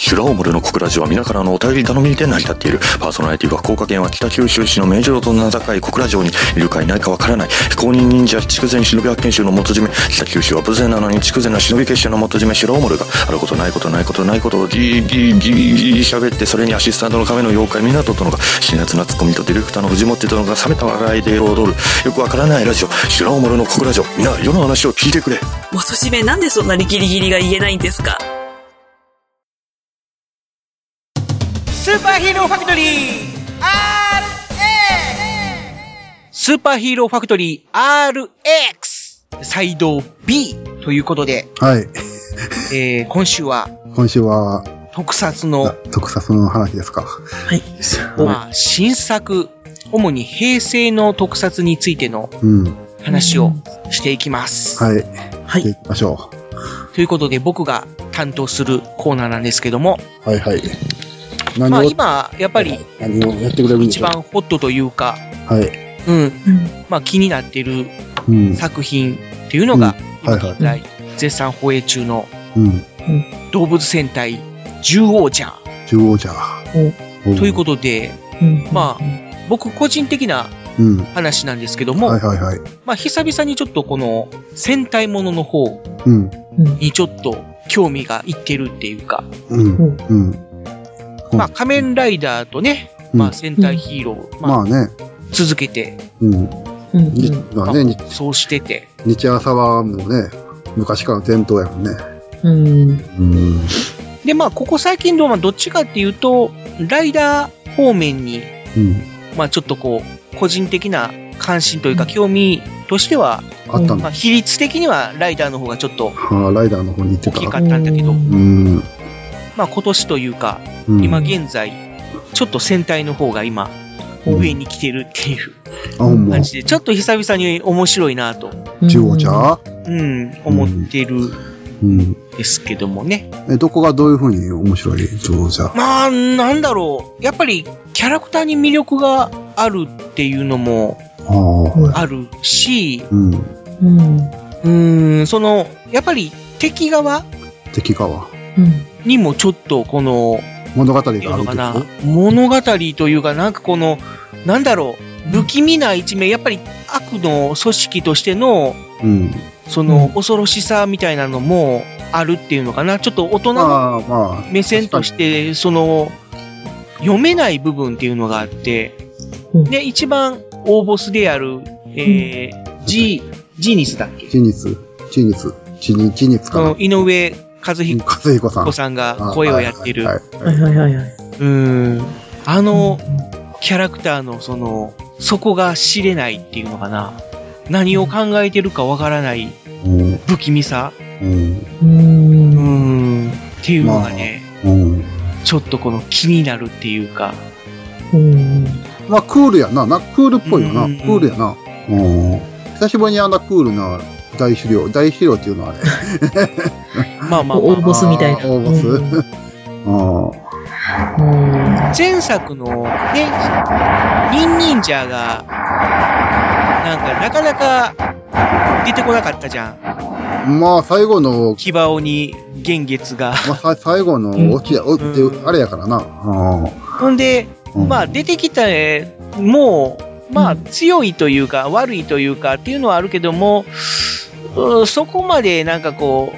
シュラオモルの小倉ジは皆からのお便り頼みで成り立っている。パーソナリティは福岡県は北九州市の名城と名高い小倉城にいるかいないかわからない。非公認忍者、筑前忍び発見衆の元締め、北九州は無勢なのに筑前の忍び結社の元締め、シュラオモルがあることないことないことないことをギーギーギーギー喋って、それにアシスタントの亀の妖怪湊殿が、辛辣なツッコミとディレクターの藤本殿が冷めた笑いで踊る。よくわからないラジオ、シュラオモルの小倉城。皆、世の話を聞いてくれ。元締めなんでそんなにギリギリが言えないんですかスーパーヒーローファクトリー RX スーパーヒーローファクトリー RX サイド B ということで、はい。えー、今週は今週は、特撮の、特撮の話ですか。はい。まあ、新作、主に平成の特撮についてのうん。話をしていきます。はい。はい行きましょということで僕が担当するコーナーなんですけども、う。はいはい。何まあを、今、やっぱり何をやってくれるんで一しょう番ホットというか、はい。うん、うん。まあ気になっているうん。作品っていうのが、うんはい今はい現在絶賛放映中のうん。動物戦隊獣王者中央じゃ。お。ということとで、うんま僕個人的なうん。話なんですけども、はいはいはい。まあ久々にちょっとこの戦隊ものの方うん。うん。にちょっと興味がいってるっていうか、うん。うん。うんまあ仮面ライダーとね、うんまあ戦隊ヒーロー、ままああね。続けて、うん。うん。にまあね、にそうしてて、日朝はもうね、昔からの伝統やもんね。うん。うん。でまあここ最近のはどっちかっていうと、ライダー方面にうん。まあちょっとこう、個人的な関心というか興味としては、あったうんの。まはあ比率的にはライダーの方がちょっとあ、ライダーの方に行って大きかた。ったんだけど、うん。まあ今年というか、うん今現在、ちょっと戦隊の方が今、うん上に来てるっていうあ、ほんま感。じで、ちょっと久々に面白いなと、中央じゃうん、思ってるんうん。ですけどもね。え、どこがどういうふうに面白い上手まあ、なんだろう。やっぱり、キャラクターに魅力があるっていうのもああ。あるし、うん。うん。うん、その、やっぱり敵側敵かわ。うん。にもちょっとこの、物語があるいうのかなってこ、物語というか、なんかこの、なんだろう、不気味な一面、やっぱり悪の組織としての、とうん。そのうん恐ろしさみたいなのもあるっていうのかな、ちょっと大人のまあまあ。目線として、その、読めない部分っていうのがあって、うんで、一番大ボスである、えー、ジジーニスだっけチニツ、チニツ、チニ、チニツそかなの。井上和彦勝彦さん。さんがあ声をやってるは。いははいはいいはいはいはい。うん。あの、キャラクターのその、そこが知れないっていうのかな。何を考えてるかわからないうん不気味さうんうん。ううん。ん。っていうのがね、うん。ちょっとこの気になるっていうか。うん。まあクールやな。な、クールっぽいよな。うんクールやな。うん。久しぶりにあんなクールな大肥料。大肥料っていうのはあれ。まあまあま大あ、ボスみたいな。あー大ボスあうん。前作のね、ニンニンジャーが、なんかなかなか出てこなかったじゃん。あ。まあ最後の、キバオに幻月が。まあさ最後の落ちや、おって、あれやからな。あほんで、ーうんまあ出てきた、ね、もう、まうあん強いというか悪いというかっていうのはあるけども、うんそこまでなんかこ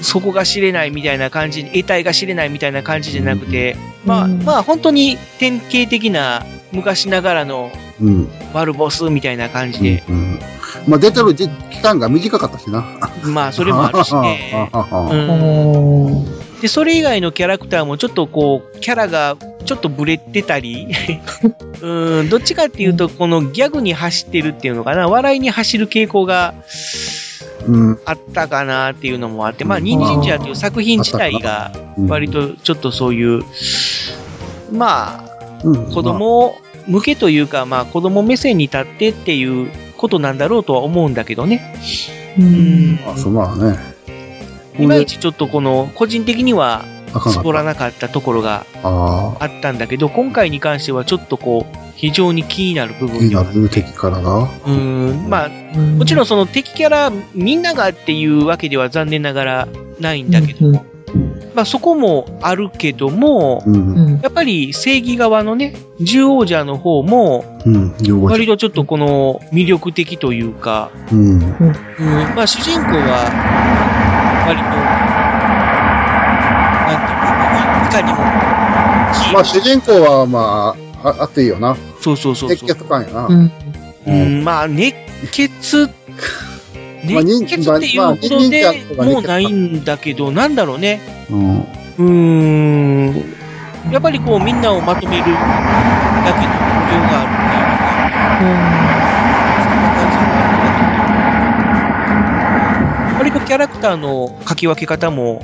う、そこが知れないみたいな感じ、得体が知れないみたいな感じじゃなくて、まあ、うんまあ本当に典型的な昔ながらのうん。悪ボスみたいな感じで、うんまあ、出てるじ期間が短かったしな。まあそれもある しね。うね。んおーで、それ以外のキャラクターもちょっとこう、キャラがちょっとブレてた り、うん、どっちかっていうと、このギャグに走ってるっていうのかな、笑いに走る傾向が うん。あったかなっていうのもあって、まあ、うんニンジンジャーという作品自体が、うん割、とちょっとそういう、まあ、うん子。供向けというか、まあ、子供目線に立ってっていうことなんだろうとは思うんだけどね。ううんん。まあ、そうまあね。いまいちちょっとこの、個人的には、あかんそかこっらなかったところが、た。ああったんだけど、今回に関してはちょっとこう、非常に気になる部あ。分いいでなは。る敵からが。うーん、まあ、うんもちろんその敵キャラみんながっていうわけでは残念ながらないんだけど、うんままあ、そこもあるけども、うん。ん。やっぱり正義側のね、獣王者の方も、うん。両方。割とちょっとこの魅力的というか、うん。うんまあ主人公は、割と、なんていうかな、いかにも、まあ、主人公は、まあ、あ熱いよな。そうそうそうそ熱う。血感やな。うん。うん、まあ熱血、まあ人熱血っていうほどまあで人間もうないんだけど、なんだろうね。うん。うーん。やっぱりこうみんなをまとめるだけの量があるっていうか割とキャラクターの書き分け方も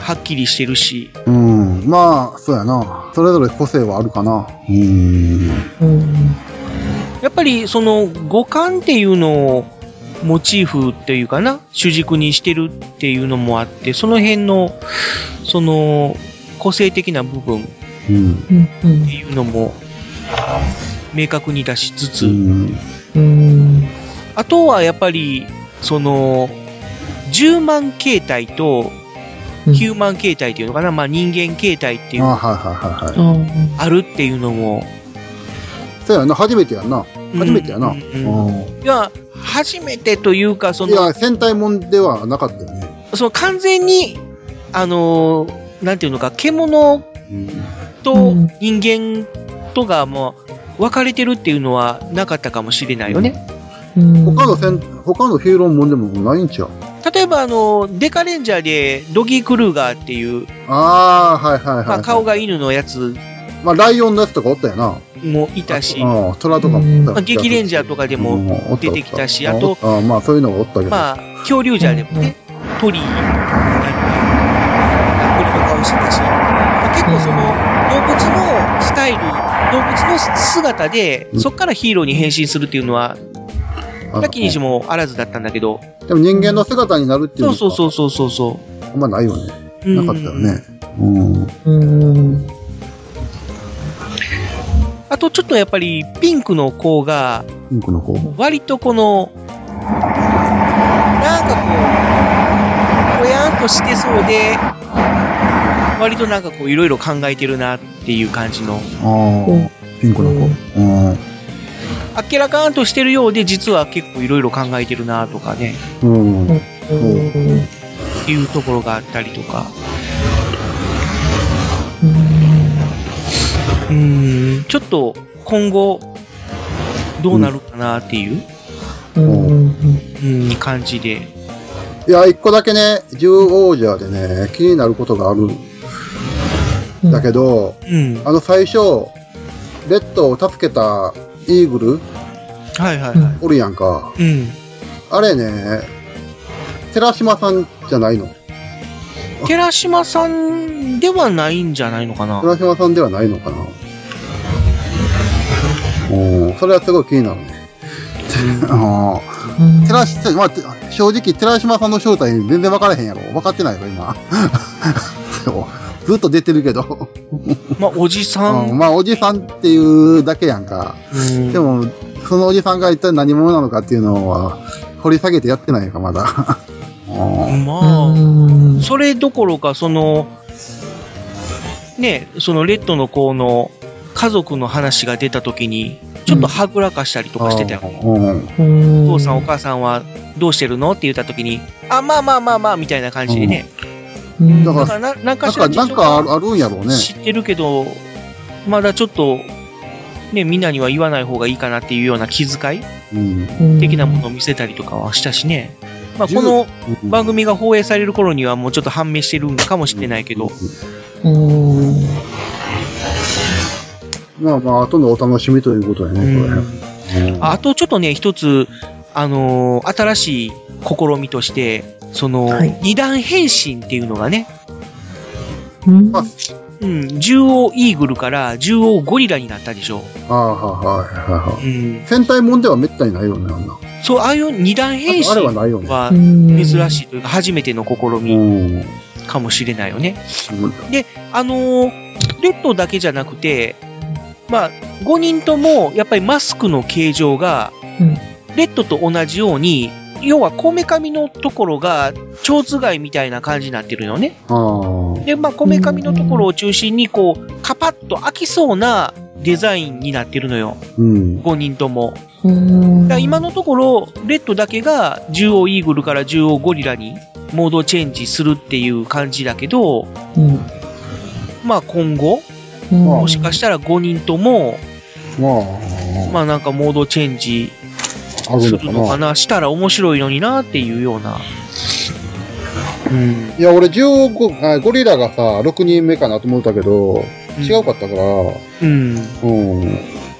はっきりしてるし、うん。まあ、そうやな。それぞれ個性はあるかな。うん。うん。やっぱりその五感っていうのをモチーフっていうかな、主軸にしてるっていうのもあって、その辺の、その、個性的な部分っうん。うん。ていうのも明確に出しつつ、うん。うん。あとはやっぱり、その、10万形態とうん9万形態っていうのかな、まあ人間形態っていうのあがはいはいはいはああるっていうのも。い。そうやな。初めてやんな。初めてやな。ううんん。うんうんいや、初めてというか、そいの、や、戦隊もんではなかったよね。その完全に、あのーなんていうのか、獣うん。とうん人間とがもう分かれてるっていうのはなかったかもしれないよね。うん。他の戦、他のヒーローもんでもないんちゃう例えば、あの、デカレンジャーでドギー・クルーガーっていう、ああ、はいはいはい、はいまあ、顔が犬のやつまあ、ライオンのやつとかおったよな。もいたし、まああ、虎とかもおったよあ、激レンジャーとかでも、も出てきたしあと、ああまあそういうのがおったけど。まあ、恐竜じゃでもね、鳥なんか、鳥の顔してたし、結構その、動物のスタイル、動物の姿で、うんそっからヒーローに変身するっていうのは、あなきにしもあらずだったんだけど、でも人間の姿になるっていうそのうはそうそうそうそうそあんまないよね。う。なかったよね。うん。うん。うん。あとちょっとやっぱり、ピンクの子が、ピンクの子。割とこの、なんかこう、ぽやんとしてそうで、割となんかこう、いろいろ考えてるなっていう感じの、ああ、ピンクの子。うん。あっけらかんとしてるようで、実は結構いろいろ考えてるなとかね、うん。うんうん。っていうところがあったりとか。うーん、ちょっと今後、どうなるかなっていう、うん。うん、感じで。いや、一個だけね、獣王者でね、気になることがあるんだけど、うん。はあの最初、レッドを助けたイーグルいはいはおるやんか。い。うん。あれね、寺島さんじゃないの。寺島さんではないんじゃないのかな。寺島さんではないのかな。おーそれはすごい気になるね。あーうん。寺し、まあ、て正直、寺島さんの正体全然分からへんやろ。分かってないよ、今。 そうずっと出てるけど、まあ、おじさん。うんまあ、おじさんっていうだけやんか。うんでも、そのおじさんが一体何者なのかっていうのは、掘り下げてやってないか、まだ。 あまあ、それどころか、その、ね、そのレッドの子の家族の話が出た時に、ちょっとはぐらかしたりとかしてたよ。うん。うん。お父さんお母さんはどうしてるのって言った時に、あ、まあまあまあまあ、みたいな感じでね。うん。だだかからな、なんなかんしらか、事情なんかあるあるんやろうね。知ってるけど、まだちょっと、ね、みんなには言わない方がいいかなっていうような気遣いうん。的なものを見せたりとかはしたしね。まあ、この番組が放映される頃にはもうちょっと判明してるんかもしれないけど、うん。まあまあ、後のお楽しみということでね、これ。うんあとちょっとね、一つ、あのー新しい試みとして、その、はい二段変身っていうのがね、うん。うん、獣王イーグルから獣王ゴリラになったでしょ。ああ、はいはいはいはうんい。。戦隊もんではめったにないよね、あんな。そう、ああいう二段変あれは身ないよね。は珍珍しいというか、初めての試うみん。かもしれないよね。あのーレッドだけじゃなくて、まあ、5人とも、やっぱりマスクの形状がうん、レッドと同じように、要はこめかみのところが蝶頭蓋みたいな感じになってるよね。あーで、まあこめかみのところを中心にこう、カパッと開きそうなデザインになってるのよ。うん。 5人とも。うんだから今のところ、レッドだけが獣王イーグルから獣王ゴリラにモードチェンジするっていう感じだけど、うんまあ今後、うんもしかしたら5人とも、まあ、まあなんかモードチェンジあするるののかかな。な、したら面白いのになっていうような。うん。いや、俺15、あゴリラがさ、6人目かなと思ったけど、違うかったから、うん。うん。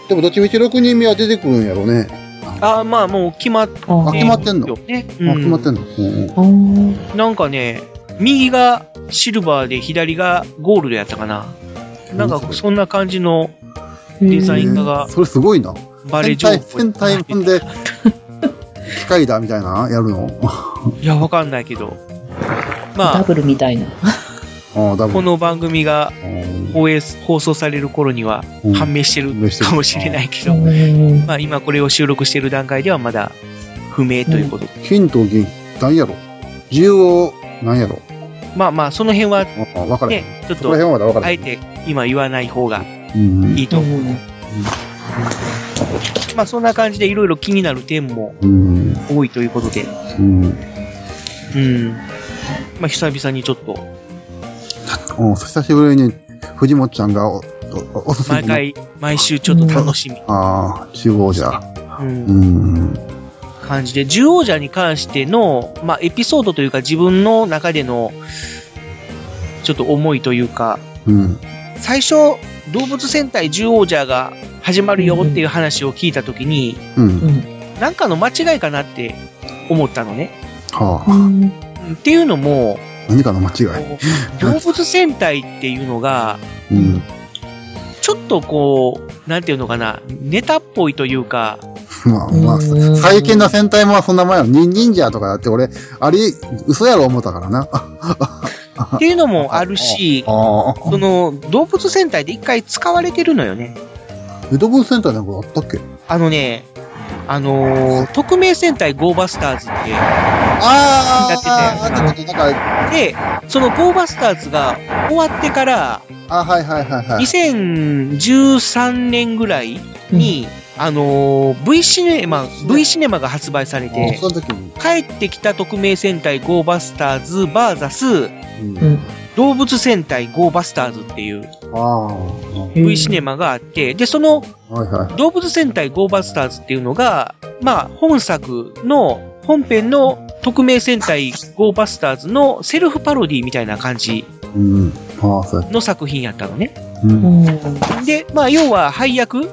でもどっちみち6人目は出てくるんやろね。あまあもう決まってああ決まってんのよね。あ、決まってんんの。うんうんあーなんかね、右がシルバーで左がゴールドやったかな。なんかそんな感じのデザイン画がそれすごいな。バレ戦情報隊、戦隊分で、機械だみたいな、やるの。 いや、わかんないけど。まダあ、ブルみたいな。ああ、だこぶ。の番組が放映放送される頃にはうん判明してる判明してるかもしれないけうど、んまあ今これを収録してる段階ではまだ不明ということで。金と銀、なんやろ。十を、なんやろ。まあまあ、その辺はああ、分からへん。ね、ちょっそこらと、辺はまだ分からあへん。えて今言わない方がうんいいと思う。うまあそんな感じでいろいろ気になる点もうん。多いということで、うん。うん。まあ久々にちょっと、うん、久しぶりに藤本ちゃんがおおおすすめ毎の回、毎週ちょっと楽しみ。ああ、中央じゃ。うんうん。感じで、獣王者に関しての、まあ、エピソードというか自分の中での、ちょっと思いというか、うん。最初、動物戦隊獣王者が始まるよっていう話を聞いたときに、うん。んなんかの間違いかなって思ったのね。はうあ。んうんっていうのも、何かの間違い。こう動物戦隊っていうのが、うん。ちょっとこう、なんていうのかな、ネタっぽいというか、まあまあ、うん最近の戦隊もそんな前の、ニンジンジャーとかだって俺、あれ、嘘やろ思ったからな。あっていうのもあるし、あ。その、動物戦隊で一回使われてるのよね。エドブンセンターなんかあったっけあのね、あのー匿名戦隊ゴーバスターズっあだってねああったっけなんか、て、で、そのゴーバスターズが終わってから、あはいはいはいはい。 2013年ぐらいに、あのー V シネマ、V シネマが発売されあて、その時に。帰ってきた匿名戦隊ゴーバスターズバーザスう。うんん動物戦隊ゴーバスターズっていうああ。うん V シネマがあって、で、そのはいはい。動物戦隊ゴーバスターズっていうのが、まあ、本作の、本編の匿名戦隊ゴーバスターズのセルフパロディみたいな感じうん。ああ、そうや。の作品やったのね。うん。うんで、まあ、要は配役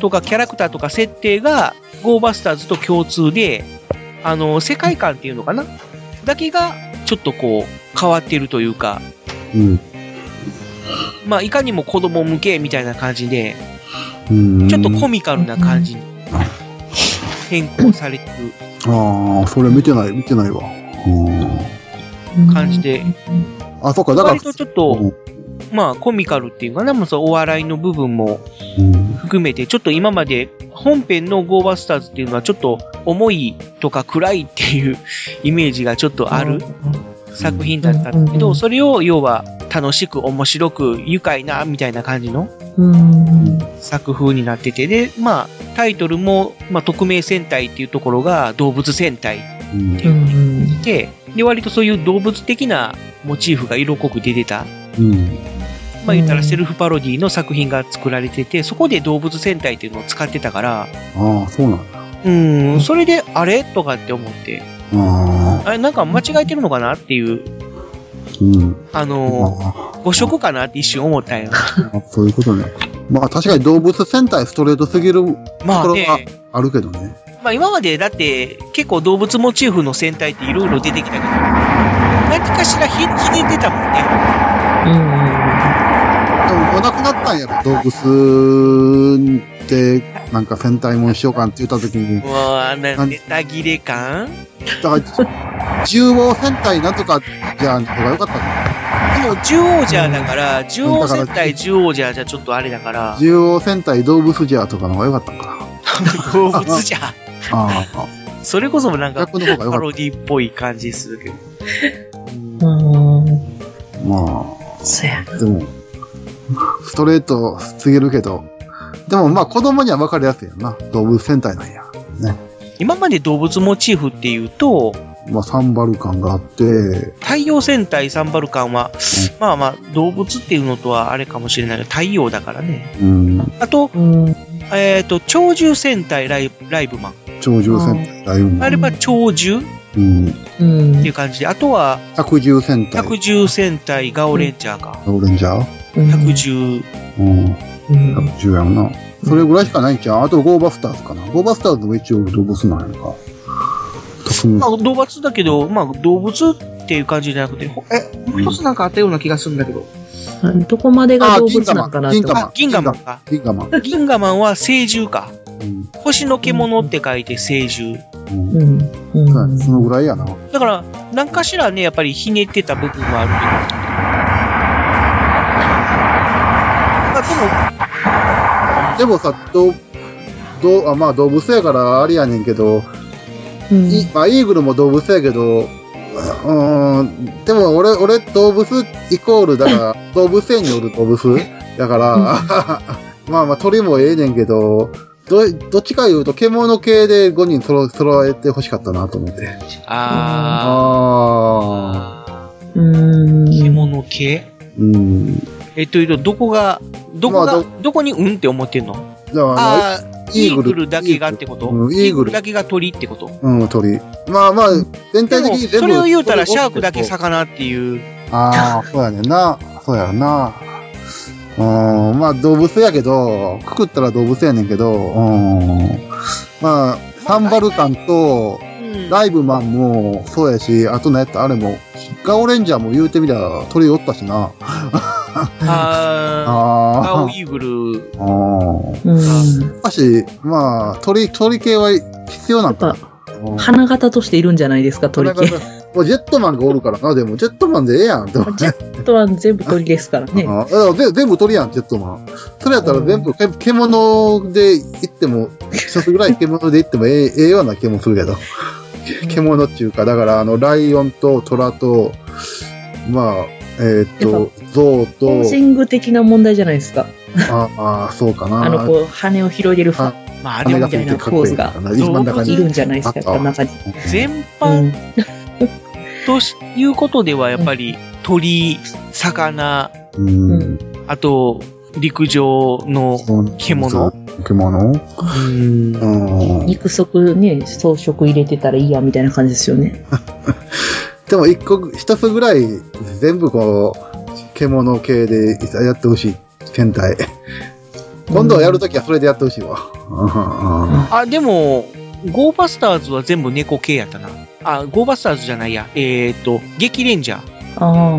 とかキャラクターとか設定がゴーバスターズと共通で、あの、世界観っていうのかなだけが、ちょっとこう、変わってるというか、うん。まあ、いかにも子供向けみたいな感じで、うんちょっとコミカルな感じに変更されてるああ、それ見てない、見てないわ。うん感じで、あ、そっか、だから割、とちょっと、まあ、コミカルっていうかな、もうそうお笑いの部分もうん含めて、ちょっと今まで本編のゴーバスターズっていうのはちょっと重いとか暗いっていうイメージがちょっとある作品だったんだけうど、んそれを要は楽しく面白く愉快なみたいな感じのうん作風になってて、で、まあ、タイトルも、まあ、匿名戦隊っていうところが動物戦隊うんっていうので、で、割とそういう動物的なモチーフが色濃く出てたうんまあ言ったらうんセルフパロディの作品が作られてて、そこで動物戦隊っていうのを使ってたから、ああ、そうなんだ。うーん、それであれとかって思って、ああ、あれなんか間違えてるのかなっていう、うん。あのあー、誤色かなって一瞬思ったよ。あ、そういうことね。まあ確かに動物戦隊ストレートすぎる、まあこれはね、あるけどね。まあ今までだって結構動物モチーフの戦隊っていろいろ出てきたけど、何かしらひひねってたもんね。でも、なくなったんやろ。動物って、なんか戦隊もんしようかんって言った時に。うわあななんネタ切れ感だから、獣王戦隊なんとかじゃんとかよかったねでも獣王者だから、獣王戦隊獣王者じゃちょっとあれだから、獣王戦隊動物じゃとかの方がよかったんかな。動物じゃ。ああ、それこそなんか、逆の方がパ良かっロディっぽい感じするけど。うん。た。まそうや。あ、でも、ストレートすぎるけど、でもまあ子供には分かりやすいよな。動物戦隊なんや。今まで動物モチーフっていうと、まあサンバル感があって、太陽戦隊サンバルカンは、まあまあ、動物っていうのとはあれかもしれないけど、太陽だからね。うん、あと、うん。えっ、と、鳥獣戦隊ライブライブマン。超獣戦隊だいぶあも、れは鳥獣っうん、うていん。う感じで、あとは、百獣戦隊、百獣戦隊ガオレンジャーか。ローレンジャー百獣、うん、うん。百獣やんな。それぐらいしかないんちゃうあとゴーバスターズかな。ゴーバスターズも一応動物なんやんか。特にまあ、動物だけど、まあ、動物っていう感じじゃなくて、ほえ、もう一つなんかあったような気がするんだけど。どこまでがあ動物なのかな金と玉。あ、銀河マンか。リガマン。銀河マンは聖獣か。うん。星の獣って書いて聖獣。うん。うん。そううやんねそのぐらいやな。だから、何かしらね、やっぱりひねってた部分はあるけど。まあ、でもさ、どう、どう、あ、まあ動物やからありやねんけど、うんいまあイーグルも動物やけど、うーん、でも俺、俺動物イコールだ から、動物園による動物だから、 まあまあ鳥もええねんけど、ど、どっちか言うと獣系で5人揃揃えてほしかったなと思って。でも、あああ。あうん。ー、獣系うん。えっと、えっとどこが、どこまが、あどこにうんって思ってんのじゃあ、ああー、イーグルだけがってことうんイーグルだけが鳥ってことうん、鳥。まあまあ、全で体的も、に全部。それを言うたら、シャークだけさ魚っていう。ああ、そうやねんな。そうやろな。うん、まあ動物やけど、くくったら動物やねんけど、うん。まあ、サンバルカンと、ライブマンもそうやし、あと何やったあれも、ガオレンジャーも言うてみりゃ鳥おったしな。あー、青あイーグル。あ。うん。うん。しかし、まあ、鳥、鳥系は必要なんかな。うん花形としているんじゃないですか、鳥系。もうジェットマンがおるからな、でも、ジェットマンでええやん、でも。ジェットは全部鳥ですからね。ああぜ全部鳥やん、ジェットマン。それやったら全部、け獣で行っても、一つ ぐらい獣で行ってもええええような気もするけど。け獣っていうか、だから、あの、ライオンと虎と、まあ、えーっやと、象ポージと、ング的な問題じゃないですか。ああ、そうかな。あの、こう、羽を広げるファンまあ、あれも羽がみつたいいてなかっポこーいいズからがな、一番中いに。るんじゃないですか、やっぱ中に。全う般ん。ということでは、やっぱり、鳥、魚、うんううんんあと、陸上の、獣獣うん。肉足ね、装飾入れてたらいいや、みたいな感じですよね。でも一個、一つぐらい、全部こう、獣系でやってほしい。戦隊。今度やるときはそれでやってほしいわ。うんあ、でも、ゴーバスターズは全部猫系やったな。あ、ゴーバスターズじゃないや。えーっと、激レンジャー。あ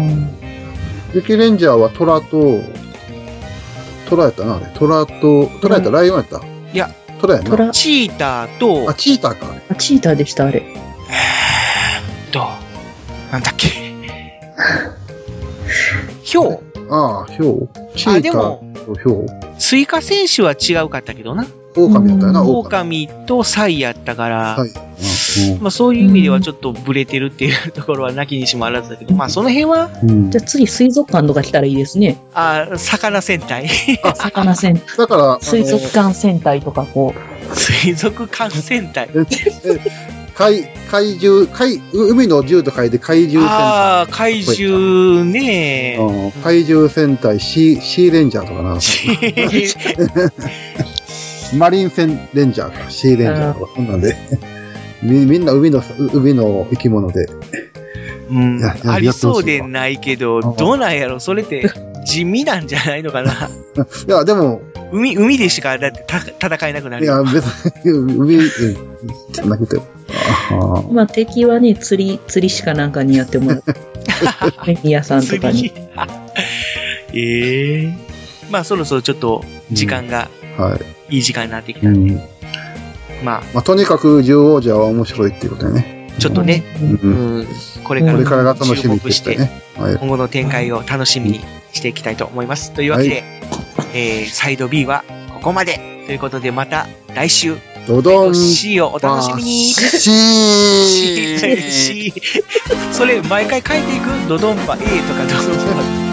雪レンジャーは虎と、虎やったな、あれ。虎と、虎やった、ライオンやった。いや、虎やあ、な。虎、チーターとあ、、チーターか。あれあチーターでした、あれ。えーっと、なんだっ け。ヒョウ。ああ、ヒョウ。チあ、ーでターも、とヒョウ。スイカ戦士は違うかったけどな。狼やったよな、うん狼。狼とサイやったから、はい。まあそういう意味ではちょっとブレてるっていうところはなきにしもあらずだけど、まあその辺は、うんじゃあ次、水族館とか来たらいいですね。あー魚戦隊。 魚戦、だから、あの水族館戦隊とかこ水族館戦隊。怪、怪獣、怪、う海の獣と書いて怪獣戦隊。ああ、怪獣ねうん怪獣戦隊シー、シーレンジャーとかな。マリン戦レンジャーか、シーレンジャーとか、そんなんで。みみんな海の、う海の生き物で。うんいやいやありそうでないけど、どうなんやろそれって地味なんじゃないのかな いや、でも、海、海でしかだってた戦えなくないるよ。や、別に、海、うんじゃなくて。あう。まあ敵はね、釣り、釣りしかなんかにやっても らう。メディアさんとか に。次ええまあそろそろちょっと時間があはい。いい時間になってきうたんんで、ままあ、とにかく、獣王者は面白いっていうことね。あちょっとね、う。うんん、これこかれからがら楽し注み目ですして、ね。はい。今後の展開を楽しみにしていきたいと思います。というわけで、えーサイド B はここまでということでまた来週ドドン。 C をお楽しみ に。 し C それ毎回書いていくドドンパ A とかドドンパ